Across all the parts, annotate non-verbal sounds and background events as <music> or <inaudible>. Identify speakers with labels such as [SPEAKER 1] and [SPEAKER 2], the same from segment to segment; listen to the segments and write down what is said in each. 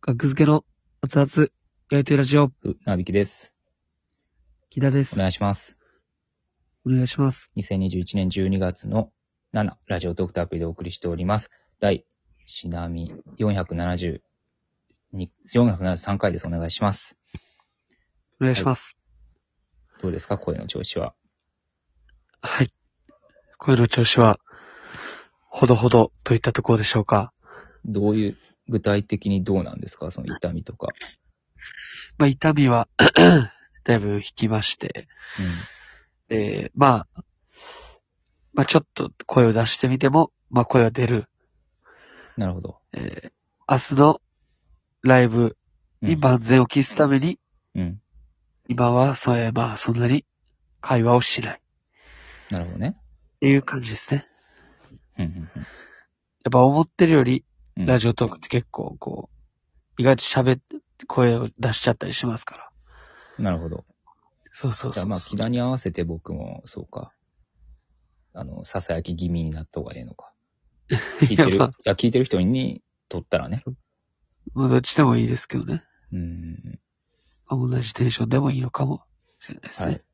[SPEAKER 1] 格付けの熱々、焼いてるラジオ、
[SPEAKER 2] う、なびきです。
[SPEAKER 1] 木田で
[SPEAKER 2] お
[SPEAKER 1] す。
[SPEAKER 2] 願いします。
[SPEAKER 1] お願いします。
[SPEAKER 2] 2021年12月の7、ラジオトークターアプリでお送りしております。第、ちなみ、472、473回です。お願いします。
[SPEAKER 1] お願いします。
[SPEAKER 2] どうですか声の調子は。
[SPEAKER 1] はい。声の調子は、ほどほどといったところでしょうか。
[SPEAKER 2] どういう、具体的にどうなんですかその痛みとか。
[SPEAKER 1] まあ、痛みは、 <clears throat> だいぶ引きまして、えー、まあ、まあ、ちょっと声を出してみても、まあ、声は出る。
[SPEAKER 2] うん。なるほど。
[SPEAKER 1] えー、明日のライブ
[SPEAKER 2] うん
[SPEAKER 1] に万全を期すために、
[SPEAKER 2] うん。
[SPEAKER 1] 今は、そういえば、そんなに会話をしない。っ
[SPEAKER 2] なるほどね。
[SPEAKER 1] ていう感じですね。
[SPEAKER 2] うんうん
[SPEAKER 1] やっぱ思ってるより、
[SPEAKER 2] うん。
[SPEAKER 1] ラ
[SPEAKER 2] ジ
[SPEAKER 1] ジオトークって結構こう、意外と喋って、声を出しちゃったりしますから。
[SPEAKER 2] オ。なるほど。
[SPEAKER 1] そうそう
[SPEAKER 2] じ
[SPEAKER 1] そ
[SPEAKER 2] ゃあ
[SPEAKER 1] う。
[SPEAKER 2] まあ、木田に合わせて僕も、そうか。あの、ささやき気味になった方がええ
[SPEAKER 1] <laughs>
[SPEAKER 2] のか。聞いてる、い
[SPEAKER 1] まあ
[SPEAKER 2] や、聞いてる人にとったらね。
[SPEAKER 1] まあどっちでもいいですけどね。
[SPEAKER 2] うん。
[SPEAKER 1] まあ同じテンションでもいいのかもしれないです
[SPEAKER 2] はい。
[SPEAKER 1] ね。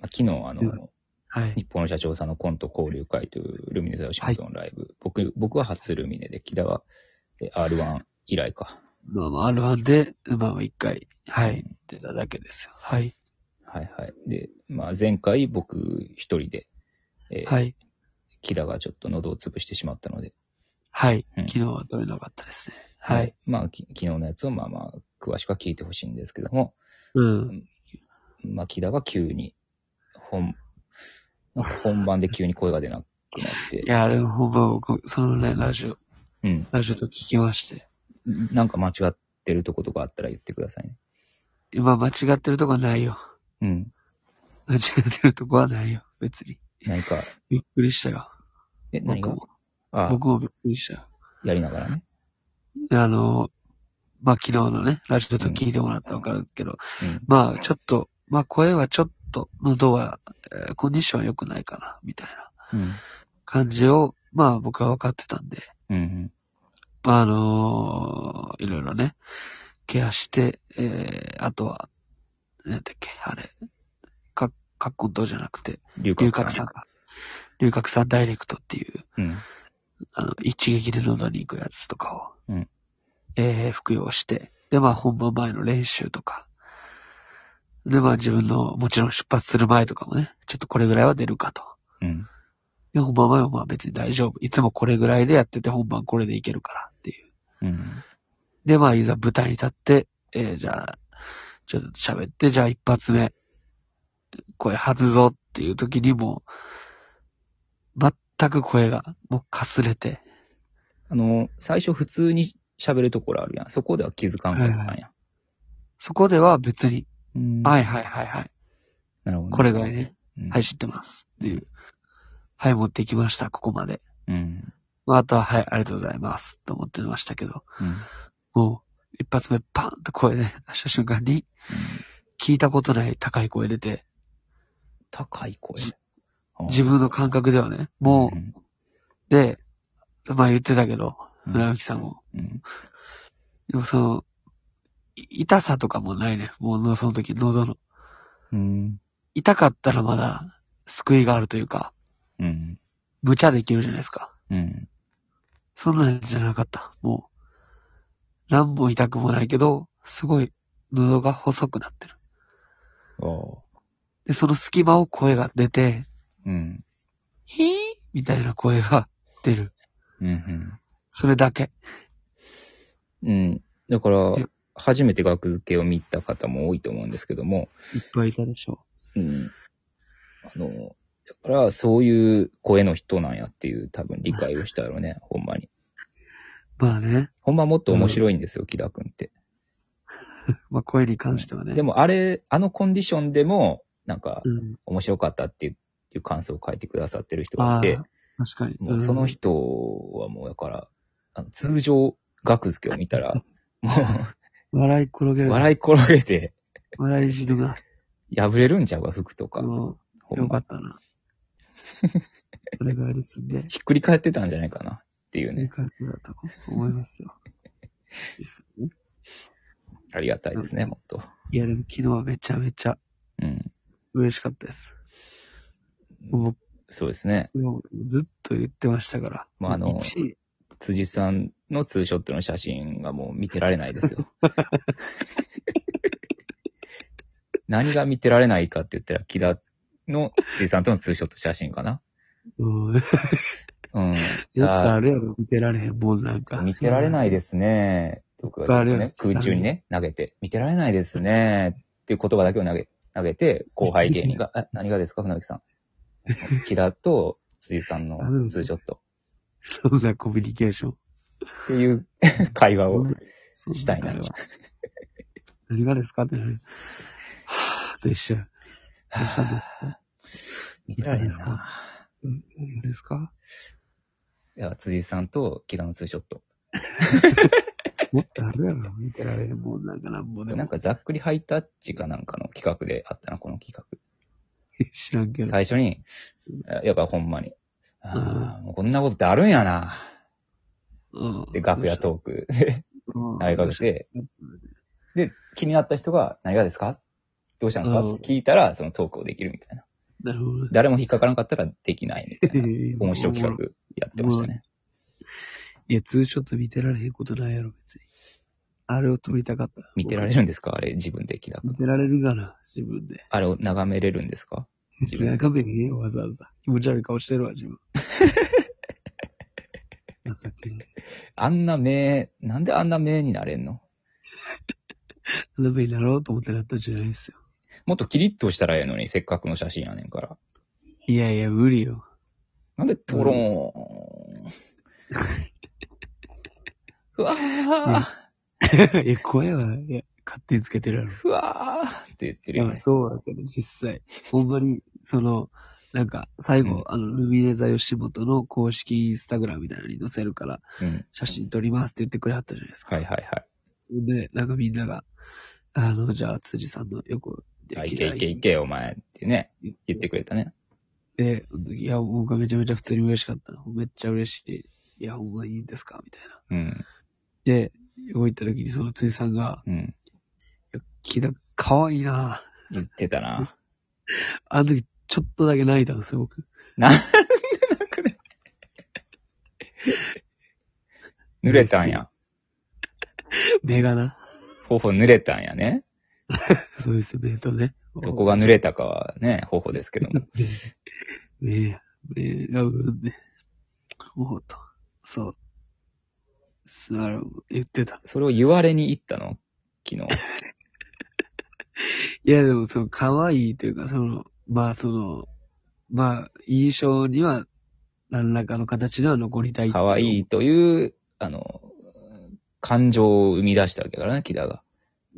[SPEAKER 2] まあ、昨日、あ
[SPEAKER 1] うん
[SPEAKER 2] の、
[SPEAKER 1] はい。
[SPEAKER 2] 日本の社長さんのコント交流会というルミネザヨシモトのライブ、僕、僕は初ルミネで、木田はえ R1 以来か。
[SPEAKER 1] まあまあ、R1 で、まあまあ一回、はい、出ただけですよ。はい。
[SPEAKER 2] はいはい。で、まあ、前回僕一人で、えー
[SPEAKER 1] はい。
[SPEAKER 2] 木田がちょっと喉を潰してしまったので、
[SPEAKER 1] はい。
[SPEAKER 2] うん
[SPEAKER 1] 昨日は取れなかったですね。はい。。
[SPEAKER 2] まあ、き昨日のやつをまあまあ、詳しくは聞いてほしいんですけども、
[SPEAKER 1] うん。
[SPEAKER 2] まあ、木田が急に、本、な
[SPEAKER 1] <laughs>
[SPEAKER 2] んか本番で急に声が出なくなって
[SPEAKER 1] い、や、でもほんま僕、そのね、ラジオ、
[SPEAKER 2] うん。
[SPEAKER 1] ラジオと聞きまして。
[SPEAKER 2] なんか間違ってるとことかあったら言ってくださいね。
[SPEAKER 1] 今間違ってるとこはないよ。
[SPEAKER 2] うん。
[SPEAKER 1] 間違ってるとこはないよ。別に。
[SPEAKER 2] 何か、
[SPEAKER 1] びっくりしたよ。
[SPEAKER 2] え、何
[SPEAKER 1] 僕
[SPEAKER 2] が
[SPEAKER 1] も。
[SPEAKER 2] あ
[SPEAKER 1] 僕もびっくりしたよ。
[SPEAKER 2] やりながらね。
[SPEAKER 1] あの、まあ、昨日のね、ラジオと聞いてもらったのかるけど、
[SPEAKER 2] うん。
[SPEAKER 1] まあ、ちょっと、まあ、声はちょっと、喉は、えーコンディションは良くないかな、みたいな
[SPEAKER 2] うん。
[SPEAKER 1] 感じを、まあ、僕は分かってたんで、
[SPEAKER 2] うん。
[SPEAKER 1] まあ、あのーいろいろね、ケアして、えー、あとは、なんだっけ、あれ、か、かっこんとうじゃなくて、
[SPEAKER 2] 龍
[SPEAKER 1] 龍角さんが、龍角さんダイレクトっていう、
[SPEAKER 2] うん。
[SPEAKER 1] あの、一撃で喉に行くやつとかを、
[SPEAKER 2] うん
[SPEAKER 1] えー服用して、で、まあ本番前の練習とか、で、まあ自分の、もちろん出発する前とかもね、ちょっとこれぐらいは出るかと。
[SPEAKER 2] うん。
[SPEAKER 1] で、本番前はまあ別に大丈夫。いつもこれぐらいでやってて本番これでいけるからっていう。
[SPEAKER 2] うん。
[SPEAKER 1] で、まあいざ舞台に立って、えーじゃあ、ちょっと喋って、じゃあ一発目、声外すぞっていう時にもう、全く声が、もうかすれて、
[SPEAKER 2] あの、最初普通に喋るところあるやん。そこでは気づかんかったんや。
[SPEAKER 1] そこでは別に、
[SPEAKER 2] うん
[SPEAKER 1] はい。はいはいはい。
[SPEAKER 2] なるほど。
[SPEAKER 1] これぐらい。ね。
[SPEAKER 2] うん
[SPEAKER 1] はい、。知ってます。っていう。はい、持ってきました。ここまで。
[SPEAKER 2] うん。
[SPEAKER 1] まあ、あとは、はい、ありがとうございます。と思ってましたけど、
[SPEAKER 2] うん。
[SPEAKER 1] もう、一発目、パーンと声で出した瞬間に、聞いたことない高い声出て、
[SPEAKER 2] 高い声
[SPEAKER 1] じ。自分の感覚ではね、も
[SPEAKER 2] うん。
[SPEAKER 1] う、で、まあ言ってたけど、
[SPEAKER 2] うん
[SPEAKER 1] 村木さんも。
[SPEAKER 2] うん。
[SPEAKER 1] でもその、い痛さとかもないね。もう、その時、喉の。
[SPEAKER 2] うん。
[SPEAKER 1] 痛かったらまだ、救いがあるというか、
[SPEAKER 2] うん。
[SPEAKER 1] 無茶できるじゃないですか。
[SPEAKER 2] うん。
[SPEAKER 1] そんなんじゃなかった。もう、何も痛くもないけど、すごい喉が細くなってる。
[SPEAKER 2] お
[SPEAKER 1] で、その隙間を声が出て、
[SPEAKER 2] うん。
[SPEAKER 1] ヒーみたいな声が出る。
[SPEAKER 2] うん。
[SPEAKER 1] それだけ。
[SPEAKER 2] うん。うん。だから、初めて学付けを見た方も多いと思うんですけども、
[SPEAKER 1] いっぱいいたでしょ
[SPEAKER 2] うん。あの、だから、そういう声の人なんやっていう多分理解をしたやろね、ほんまに。
[SPEAKER 1] う。まあね。
[SPEAKER 2] ほんまもっと面白いんですよ、木田くんって。
[SPEAKER 1] まあ声に関してはね。
[SPEAKER 2] で
[SPEAKER 1] も、
[SPEAKER 2] も、あれ、あのコンディションでも、なんか、
[SPEAKER 1] うん。
[SPEAKER 2] 面白かったっていういう感想を書いてくださってる人が
[SPEAKER 1] あ
[SPEAKER 2] い
[SPEAKER 1] あ、
[SPEAKER 2] て
[SPEAKER 1] 確、かに。
[SPEAKER 2] もうその人はもうだから、あの通常、学付けを見 <laughs> たら、も
[SPEAKER 1] うん。笑い転げ
[SPEAKER 2] う、
[SPEAKER 1] る。
[SPEAKER 2] 笑い転げて、
[SPEAKER 1] 笑い汁が。
[SPEAKER 2] 破れるんちゃうか、服とか。
[SPEAKER 1] も
[SPEAKER 2] ほ
[SPEAKER 1] うんよか
[SPEAKER 2] ま、
[SPEAKER 1] った <laughs> な。それぐらいですんで。
[SPEAKER 2] ひっくり返ってたんじゃないかな、っていう
[SPEAKER 1] いい
[SPEAKER 2] ね。
[SPEAKER 1] 感じだと思いますよ。ですね。
[SPEAKER 2] ありがたいですね、本当
[SPEAKER 1] いや、でも昨日はめちゃめちゃ
[SPEAKER 2] うん。
[SPEAKER 1] 嬉しかったです。もう
[SPEAKER 2] そうですね。
[SPEAKER 1] もうずっと言ってましたから。
[SPEAKER 2] まああの
[SPEAKER 1] 1位
[SPEAKER 2] 辻さんのツーショットの写真がもう見てられないですよ。何が見てられないかって言ったら、木田の辻さんとのツーショット写真かな。
[SPEAKER 1] うん。 <laughs>
[SPEAKER 2] うん。い
[SPEAKER 1] やっぱ
[SPEAKER 2] や
[SPEAKER 1] あれやろ、見てられへんもんなんか。。
[SPEAKER 2] ー見てられないいですね。僕
[SPEAKER 1] いっぱい
[SPEAKER 2] は
[SPEAKER 1] あるよ
[SPEAKER 2] ね、空中にね、投げて、見てられないですね。っていう言葉だけを投げ、投げて、後輩芸人
[SPEAKER 1] <laughs>
[SPEAKER 2] が、え何がですか、船木さん。木田と辻さんのツーショット。
[SPEAKER 1] <laughs> そんなコミュニケーション。
[SPEAKER 2] っていう <laughs> 会話を
[SPEAKER 1] そん
[SPEAKER 2] したいな
[SPEAKER 1] 会話何がですかって。はぁ、と一緒や。どうしたんですか
[SPEAKER 2] 見てられへん
[SPEAKER 1] そうです
[SPEAKER 2] な。
[SPEAKER 1] うん何ですか
[SPEAKER 2] いや、辻さんと木田のツーショット。
[SPEAKER 1] もっとあるやろ、見てられへんもんなんかなんぼでも。
[SPEAKER 2] なんかざっくりハイタッチかなんかの企画であったな、この企
[SPEAKER 1] 知らんけ
[SPEAKER 2] 画。
[SPEAKER 1] ど。
[SPEAKER 2] 最初に、あやっぱほんまに。ああ、もうこんなことってあるんやな。
[SPEAKER 1] うん
[SPEAKER 2] で、楽屋。トークで
[SPEAKER 1] うん
[SPEAKER 2] 投げかけ。て、
[SPEAKER 1] うん
[SPEAKER 2] で、気になった人が何がですかどうしたんですか
[SPEAKER 1] うん
[SPEAKER 2] って聞いたら、そのトークをできるみたいな。
[SPEAKER 1] なるほどね。
[SPEAKER 2] 誰も引っかからなかったらできないみたいな。面白い企
[SPEAKER 1] 画。
[SPEAKER 2] 画やってましたね。
[SPEAKER 1] いや、ツーショット見てられへんことないやろ、別に。あれを撮りたかった。
[SPEAKER 2] 見てられ
[SPEAKER 1] る
[SPEAKER 2] るんですかあれ、自分で木田
[SPEAKER 1] 見
[SPEAKER 2] 君。
[SPEAKER 1] てられるかな、自分で。
[SPEAKER 2] あれを眺めれるんですか自分
[SPEAKER 1] 中身にわざわざ。気持ち悪い顔してるわ、自分。
[SPEAKER 2] <laughs>
[SPEAKER 1] 情けない。
[SPEAKER 2] あんな目、なんであんな目になれんの
[SPEAKER 1] 花火になろうと思ってなったんじゃないですよ。
[SPEAKER 2] もっとキリッとしたらええのに、せっかくの写真やねんから。
[SPEAKER 1] いやいや、無理よ。
[SPEAKER 2] なんでトローン。ふわ
[SPEAKER 1] <laughs>
[SPEAKER 2] ー、
[SPEAKER 1] いや、声は、いや、勝手につけてるやろ。
[SPEAKER 2] ふわーって言って
[SPEAKER 1] い
[SPEAKER 2] るよ
[SPEAKER 1] や、
[SPEAKER 2] ね。
[SPEAKER 1] そうだけど、実際。ほんまに、その、なんか、最後、
[SPEAKER 2] うん
[SPEAKER 1] あの、ルミネザ吉本の公式インスタグラムみたいなのに載せるから、
[SPEAKER 2] うん。
[SPEAKER 1] 写真撮りますって言ってくれはったじゃないですか。
[SPEAKER 2] はいはいはい。
[SPEAKER 1] で、なんかみんなが、あの、じゃあ、辻さんの横
[SPEAKER 2] あ、いけいけいけ、お前ってね、言ってくれたね。
[SPEAKER 1] で、その時いや、僕はめちゃめちゃ普通に嬉しかったの。めっちゃ嬉しい。いや、ほんまいいんですかみたいな。
[SPEAKER 2] うん。
[SPEAKER 1] で、動いた時にその辻さんが、
[SPEAKER 2] うん。
[SPEAKER 1] 木田、かわいいな
[SPEAKER 2] 言ってたな。
[SPEAKER 1] あの時、ちょっとだけ泣いたんですよ、僕。
[SPEAKER 2] なんでなんかね。濡れたんや。
[SPEAKER 1] 目がな。
[SPEAKER 2] 頬濡れたんやね。
[SPEAKER 1] そうですよ、目とね。
[SPEAKER 2] どこが濡れたかはね、頬ですけども。
[SPEAKER 1] 目、目がうんで、もうと。そう。すなる言ってた。
[SPEAKER 2] それを言われに行ったの昨日。
[SPEAKER 1] いや、でも、その、可愛いというか、その、まあ、その、まあ、印象には、何らかの形では残りたいってう
[SPEAKER 2] 可愛いという、あの、感情を生み出したわけだからね、木田が。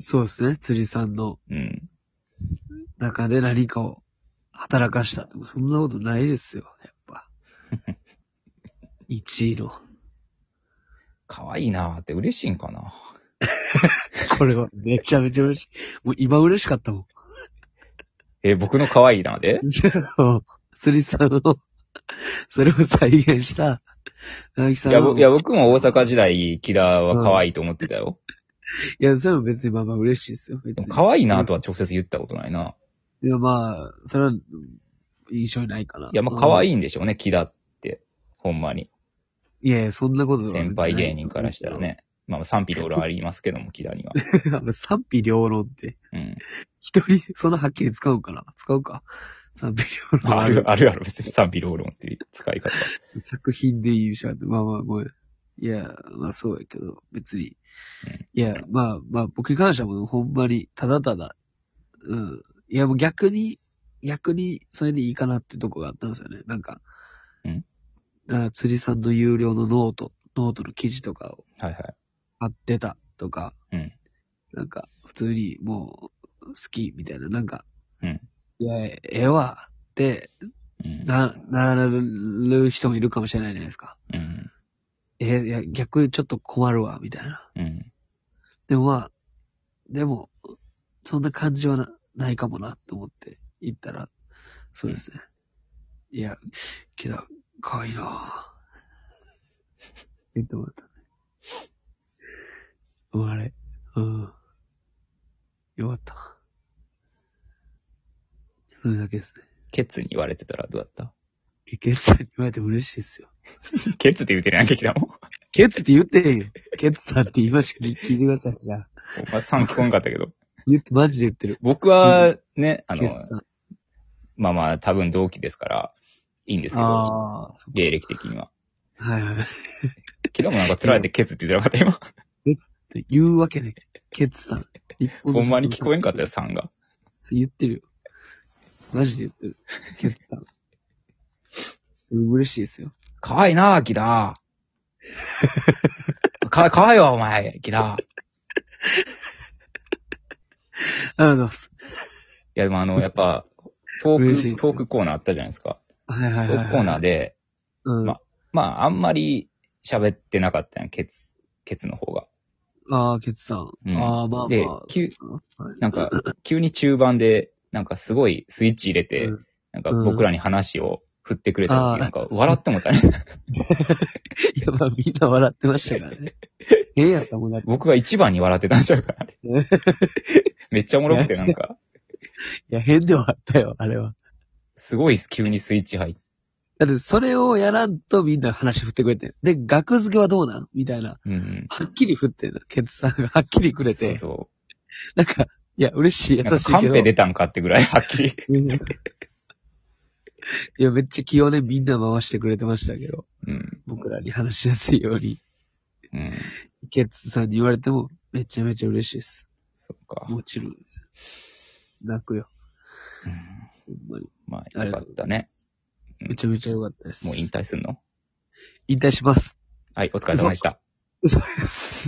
[SPEAKER 1] そうですね。辻さんの
[SPEAKER 2] うん。
[SPEAKER 1] 中で何かを働かした。でもそんなことないですよ、やっぱ。1位の。
[SPEAKER 2] 可愛いなーって嬉しいんかな。
[SPEAKER 1] これはめちゃめちゃ嬉しい。もう今嬉しかったもん。 <laughs>
[SPEAKER 2] え、僕の可愛いなで
[SPEAKER 1] 辻さんの、それを再現した、直木さ
[SPEAKER 2] い
[SPEAKER 1] んの
[SPEAKER 2] や、ぼいや、僕も大阪時代、木田は可愛いと思ってたよ。
[SPEAKER 1] いや、それも別にまあまあ嬉しいですよ、別
[SPEAKER 2] で
[SPEAKER 1] に
[SPEAKER 2] も。可愛いなとは直接言ったことないな。
[SPEAKER 1] いや、まあ、それは、うん印象にないかな。
[SPEAKER 2] いや、まあ可
[SPEAKER 1] い。
[SPEAKER 2] 愛いんでしょうね、木田って。ほんまに。
[SPEAKER 1] いやいや、そんなことは
[SPEAKER 2] 先輩芸人からしたら。ね。まあ賛否両論ありますけども、木田に <laughs> は。
[SPEAKER 1] <laughs> 賛否両論って。
[SPEAKER 2] うん。
[SPEAKER 1] 一人、そんなはっきり使うかな使うか。賛否両論
[SPEAKER 2] ある、あるある、別に賛否両論っていう使い方。
[SPEAKER 1] 作品で言うしゃって、まあまあ、ごめん。いや、まあそうやけど、別に
[SPEAKER 2] うん。
[SPEAKER 1] いや、まあまあ、僕に関してはもうほんまに、ただただ、うん。いや、もう逆に、逆に、それでいいかなってとこがあったんですよね。なんか、
[SPEAKER 2] うん
[SPEAKER 1] あ辻さんの有料のノート、ノートの記事とかを
[SPEAKER 2] はいはい。
[SPEAKER 1] 貼ってたとか、
[SPEAKER 2] うん
[SPEAKER 1] なんか、普通にもう、好きみたいな、なんか、
[SPEAKER 2] うん
[SPEAKER 1] いや、ええわって、
[SPEAKER 2] うん。
[SPEAKER 1] な、なる人もいるかもしれないじゃないですか。
[SPEAKER 2] うん。
[SPEAKER 1] え、いや、逆にちょっと困るわ、みたいな。
[SPEAKER 2] うん。
[SPEAKER 1] でもまあ、でも、そんな感じはなないかもなって思って行ったら、そうですね。いや、けど、可愛いなぁ。言ってもらったね。もうあれ、うん。それだけですね。
[SPEAKER 2] ケツに言われてたらどうだった
[SPEAKER 1] ケツさんに言われても嬉しいですよ。
[SPEAKER 2] <laughs> ケツって言うてるやんけ、きだもん。
[SPEAKER 1] ケツって言ってへんよ。ケツさんって今しか聞いてください。じゃあ
[SPEAKER 2] お前さん聞こえんかったけど。
[SPEAKER 1] 言って、マジで言ってる。
[SPEAKER 2] <laughs> 僕はね、あ
[SPEAKER 1] ケ
[SPEAKER 2] の
[SPEAKER 1] ツ、さん。
[SPEAKER 2] まあまあ多分同期ですから、いいんですけど、
[SPEAKER 1] ああ、そっ
[SPEAKER 2] 芸歴的には。
[SPEAKER 1] かはいはい。
[SPEAKER 2] けどもなんか釣られてケツって言ってな <laughs> かった、
[SPEAKER 1] って言うわけね。ケツさん。日
[SPEAKER 2] 今。
[SPEAKER 1] 本
[SPEAKER 2] ほ
[SPEAKER 1] の
[SPEAKER 2] んまに聞こえんかったよ、さん <laughs> が。
[SPEAKER 1] 言ってるよ。マジで言ってる。ケツさん。うん嬉しいですよ。
[SPEAKER 2] かわいいなあ、キダ。 <laughs> か、かわいいわ、お前、キダ。
[SPEAKER 1] ありがとうございます。
[SPEAKER 2] いや、でもあの、やっぱ、
[SPEAKER 1] <laughs>
[SPEAKER 2] ト
[SPEAKER 1] 嬉しい
[SPEAKER 2] ー
[SPEAKER 1] で
[SPEAKER 2] ク、
[SPEAKER 1] すね
[SPEAKER 2] トークコーナーあったじゃないですか。
[SPEAKER 1] はいは
[SPEAKER 2] ト
[SPEAKER 1] いはい
[SPEAKER 2] ー
[SPEAKER 1] はい。
[SPEAKER 2] クコーナーで、
[SPEAKER 1] うん。
[SPEAKER 2] ままあ、あんまり喋ってなかったやん、ケツ、ケツの方が。
[SPEAKER 1] ああ、ケツさん。
[SPEAKER 2] うん
[SPEAKER 1] ああ、まあ
[SPEAKER 2] で
[SPEAKER 1] まあ、。
[SPEAKER 2] 急、
[SPEAKER 1] はい
[SPEAKER 2] なんか、急に中盤で、なんかすごいスイッチ入れて、
[SPEAKER 1] うん
[SPEAKER 2] なんか
[SPEAKER 1] うん
[SPEAKER 2] 僕らに話を振ってくれた
[SPEAKER 1] あ
[SPEAKER 2] 時、
[SPEAKER 1] ー
[SPEAKER 2] なんか笑ってもたね。 <laughs>
[SPEAKER 1] いや、まあみんな笑ってましたからね。変やったもんだって。
[SPEAKER 2] 僕が一番に笑ってたんちゃうかな
[SPEAKER 1] <laughs> うん。
[SPEAKER 2] めっちゃおもろくて、なんか、
[SPEAKER 1] いや、変ではあったよ、あれは。
[SPEAKER 2] すごい急にスイッチ入って。
[SPEAKER 1] だって、それをやらんとみんな話振ってくれて。で、額付けはどうなんみたいな。
[SPEAKER 2] うんうん。
[SPEAKER 1] はっきり振ってんの。ケツさんがはっきりくれて。
[SPEAKER 2] そうそ
[SPEAKER 1] <laughs> なんか、いや、嬉しい、
[SPEAKER 2] う。
[SPEAKER 1] 優
[SPEAKER 2] なん
[SPEAKER 1] し
[SPEAKER 2] かカ
[SPEAKER 1] いけ
[SPEAKER 2] ン
[SPEAKER 1] ど。
[SPEAKER 2] ペ
[SPEAKER 1] <laughs>
[SPEAKER 2] 出たんかってぐらいはっきり。
[SPEAKER 1] うんいや、めっちゃ気をね、みんな回してくれてましたけど、
[SPEAKER 2] うん。
[SPEAKER 1] 僕らに話しやすいように、
[SPEAKER 2] うん。
[SPEAKER 1] ケツさんに言われても、めちゃめちゃ嬉しいです。
[SPEAKER 2] そっか。
[SPEAKER 1] もちろんです。泣くよ、
[SPEAKER 2] うん
[SPEAKER 1] ほんまに。
[SPEAKER 2] ま
[SPEAKER 1] あ
[SPEAKER 2] あ、
[SPEAKER 1] り
[SPEAKER 2] よ
[SPEAKER 1] が
[SPEAKER 2] か
[SPEAKER 1] と
[SPEAKER 2] っ
[SPEAKER 1] うござい
[SPEAKER 2] た
[SPEAKER 1] ま
[SPEAKER 2] ね。
[SPEAKER 1] す。
[SPEAKER 2] うん
[SPEAKER 1] めちゃめちゃ良かったです。
[SPEAKER 2] もう引退すんの
[SPEAKER 1] 引退します。
[SPEAKER 2] はい、お疲れ様でした。
[SPEAKER 1] そうです。